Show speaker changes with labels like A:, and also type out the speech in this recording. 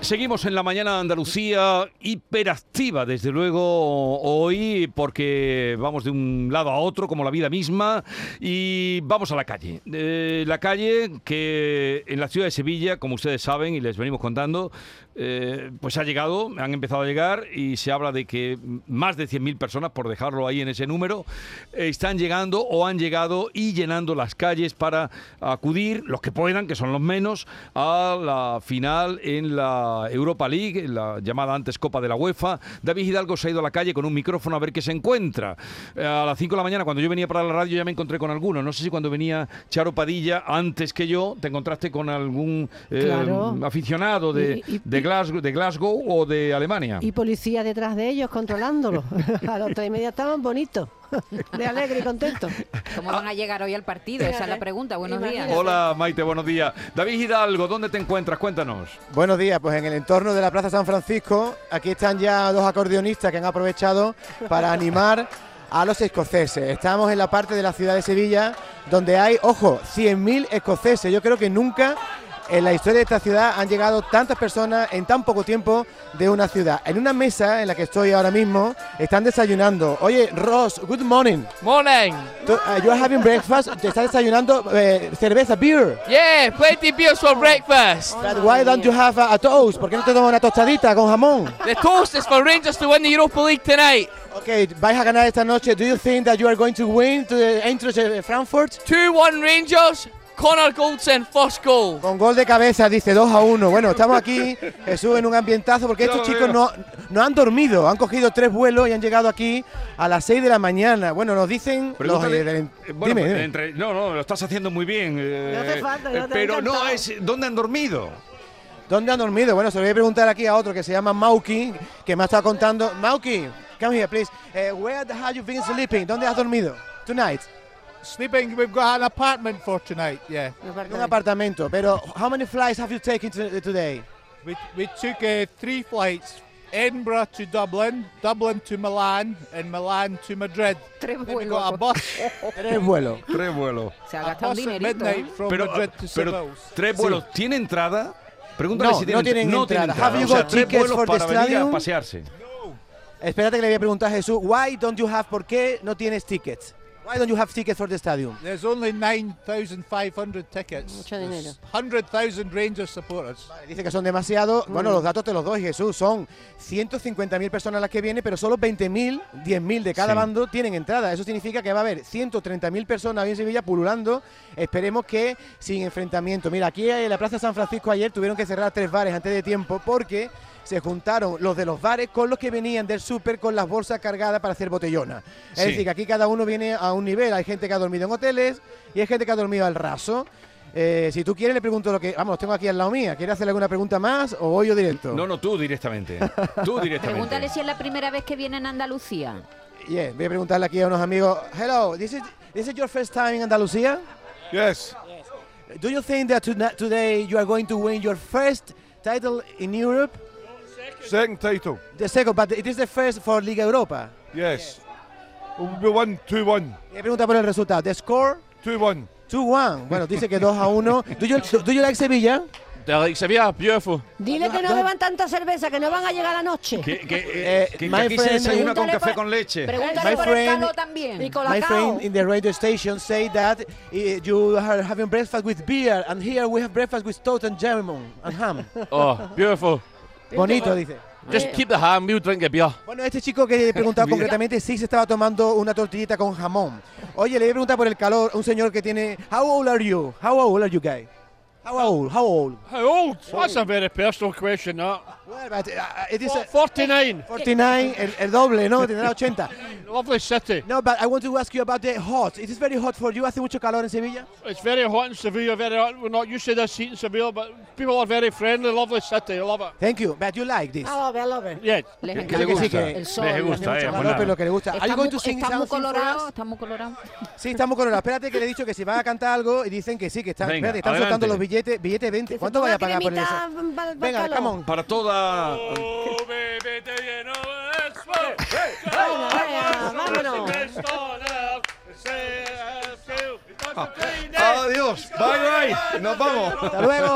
A: Seguimos en la mañana de Andalucía, hiperactiva desde luego hoy, porque vamos de un lado a otro como la vida misma y vamos a la calle. Eh, la calle que en la ciudad de Sevilla, como ustedes saben y les venimos contando, eh, pues ha llegado, han empezado a llegar y se habla de que más de 100.000 personas, por dejarlo ahí en ese número, eh, están llegando o han llegado y llenando las calles para acudir, los que puedan, que son los menos, a la final en la Europa League, la llamada antes Copa de la UEFA. David Hidalgo se ha ido a la calle con un micrófono a ver qué se encuentra. Eh, A las 5 de la mañana, cuando yo venía para la radio, ya me encontré con alguno. No sé si cuando venía Charo Padilla, antes que yo, te encontraste con algún eh,
B: Claro.
A: aficionado de,
B: Y- y-
A: de Glasgow, de Glasgow o de Alemania.
B: Y policía detrás de ellos controlándolos. A las tres y media estaban bonitos, de alegre y contento.
C: ¿Cómo van a llegar hoy al partido? Esa es la pregunta. Buenos días.
B: Imagínate.
A: Hola Maite, buenos días. David Hidalgo, ¿dónde te encuentras? Cuéntanos.
D: Buenos días, pues en el entorno de la Plaza San Francisco, aquí están ya dos acordeonistas que han aprovechado para animar a los escoceses. Estamos en la parte de la ciudad de Sevilla donde hay, ojo, 100.000 escoceses. Yo creo que nunca en la historia de esta ciudad han llegado tantas personas en tan poco tiempo de una ciudad. En una mesa en la que estoy ahora mismo están desayunando. Oye, Ross, good morning.
E: Morning.
D: Tú, uh, you are having breakfast, te estás desayunando eh, cerveza, beer.
E: Yeah, plenty beers for breakfast.
D: But why don't you have a, a toast? ¿Por qué no te tomas una tostadita con jamón?
E: The toast is for Rangers to win the Europa League tonight.
D: Okay, vais a ganar esta noche. Do you think that you are going to win to the Eintracht eh, Frankfurt?
E: 2-1 Rangers. Connor Goldson, first goal.
D: Con gol de cabeza, dice 2 a 1. Bueno, estamos aquí, Jesús, en un ambientazo,
A: Ya
D: porque estos
A: lo veo.
D: chicos no, no han dormido. Han cogido tres vuelos y han llegado aquí a las 6 de la mañana. Bueno, nos dicen los...
A: Pregúntale-
D: eh, del-
A: eh, bueno,
D: dime, dime.
A: entre- no, no, lo estás haciendo muy bien. eh,
B: hace falta,
A: eh,
B: ya te he
A: pero no
B: encantado.
A: es dónde han dormido.
D: ¿Dónde han dormido? Bueno, se lo voy a preguntar aquí a otro que se llama Mauki, que me ha estado contando. Mauki, come here, please. Eh, where the- have you been sleeping? ¿Dónde has dormido? Tonight.
F: Sleeping, we've got an apartment for tonight, yeah.
D: En un apartamento. Pero, how many flights have you taken to- today?
F: We, we took uh, three flights Edinburgh to Dublin, Dublin to Milan, and Milan to Madrid.
C: Tres
F: Then we got a
C: vuelos.
F: bus,
D: Tres vuelos.
A: Tres vuelos.
C: Se ha
F: a
C: gastado un
F: bus at
C: dinerito. ¿eh?
F: midnight from
A: Pero,
F: Madrid to
A: pero
F: Seville.
A: tres
D: Sí.
A: vuelos, ¿tiene entrada? Pregúntale
D: No,
A: si
D: no tienen entrada. Have you
A: O sea,
D: got
A: tres
D: tickets
A: vuelos
D: for the
A: para venir a
D: stadium?
A: pasearse.
D: Espérate que le voy a preguntar a Jesús, why don't you have, ¿por qué no tienes tickets? Why don't you have tickets for the stadium?
F: There's only 9,500 tickets.
B: Mucho
F: There's
B: dinero.
F: 100,000 Rangers supporters.
D: Vale, Dice que son
A: Mm.
D: demasiados. Bueno, los datos te los doy, Jesús. Son 150.000 personas las que vienen, pero solo 20.000, 10.000 de cada
A: Sí.
D: bando tienen entrada. Eso significa que va a haber 130.000 personas hoy en Sevilla pululando. Esperemos que sin enfrentamiento. Mira, aquí en la Plaza San Francisco ayer tuvieron que cerrar tres bares antes de tiempo porque se juntaron los de los bares con los que venían del súper con las bolsas cargadas para hacer botellona. Es
A: Sí.
D: decir, que aquí cada uno viene a un nivel. Hay gente que ha dormido en hoteles y hay gente que ha dormido al raso. Eh, si tú quieres, le pregunto lo que. Vamos, tengo aquí al lado mía. ¿Quieres hacerle alguna pregunta más o voy yo directo?
A: No, no, tú directamente. Tú
C: Pregúntale
A: directamente.
C: si es la primera vez que vienen a Andalucía.
D: Yeah, voy a preguntarle aquí a unos amigos. Hello, this is, this is your first time in Andalucía?
F: Yes.
D: Do you think that tonight- today you are going to win your first title in Europe?
F: Second title.
D: The second, but it is the first for Liga Europa.
F: Yes. We won 2 1.
D: Le pregunta por el resultado. The score
F: 2 1.
D: 2-1. Bueno, dice que 2 a 1. Do you, do you like Sevilla?
E: Derek Sevilla, beautiful.
B: Dile que no beban tanta cerveza, que no van a llegar anoche.
A: Que, que- eh,
D: Eh,
A: que- que
D: my
A: aquí se
D: friend-
A: desayuna con
C: Pregúntale
A: café
C: por-
A: con leche.
D: My
C: Pregúntale por el
D: friend-
C: calor también.
B: Y
D: My
B: colacao.
D: friend in the radio station say that uh, you are having breakfast with beer, and here we have breakfast with toast and jamon and ham.
E: Oh, beautiful.
D: Bonito, dice.
E: Just keep the ham, we'll drink a beer.
D: Bueno, este chico que le preguntaba
A: Bien.
D: concretamente si se estaba tomando una tortillita con jamón. Oye, le voy a preguntar por el calor a un señor que tiene... How old are you? How old are you, guy? How old? How old?
G: How old? That's a very personal question, that.
D: Well, but, uh, it is
G: Well,
D: uh,
G: 49.
D: 49, el, el doble, ¿no? Tendrá 80.
G: Lovely city.
D: No, but I want to ask you about the hot. It is very hot for you. ¿Hace mucho calor en Sevilla?
G: It's very hot in Sevilla, very hot. We're not used to this heat in Sevilla, but people are very friendly, lovely city. I love it.
D: Thank you. But you like this.
B: A ver, a ver.
G: Yeah.
C: Les
A: Que- que le
C: encanta
A: gusta,
C: el sol.
A: les gusta,
C: mucho
A: eh,
C: calor.
A: bueno.
D: Calor, pero lo que le gusta. Are you
C: Está
D: going
C: muy,
D: to sing
C: está muy
D: something for
C: colorado,
D: us?
C: está muy colorado.
D: Sí, estamos con hora. Espérate que le he dicho que si vas a cantar algo y dicen que sí, que están,
A: Venga,
D: espérate, están
A: adelante.
D: soltando los billetes, billete 20. ¿Cuánto vaya a pagar por eso? Venga, come on.
A: Para toda.
B: vámonos.
G: uh,
A: Ah. Adiós. Bye bye. Nos vamos.
D: Hasta luego.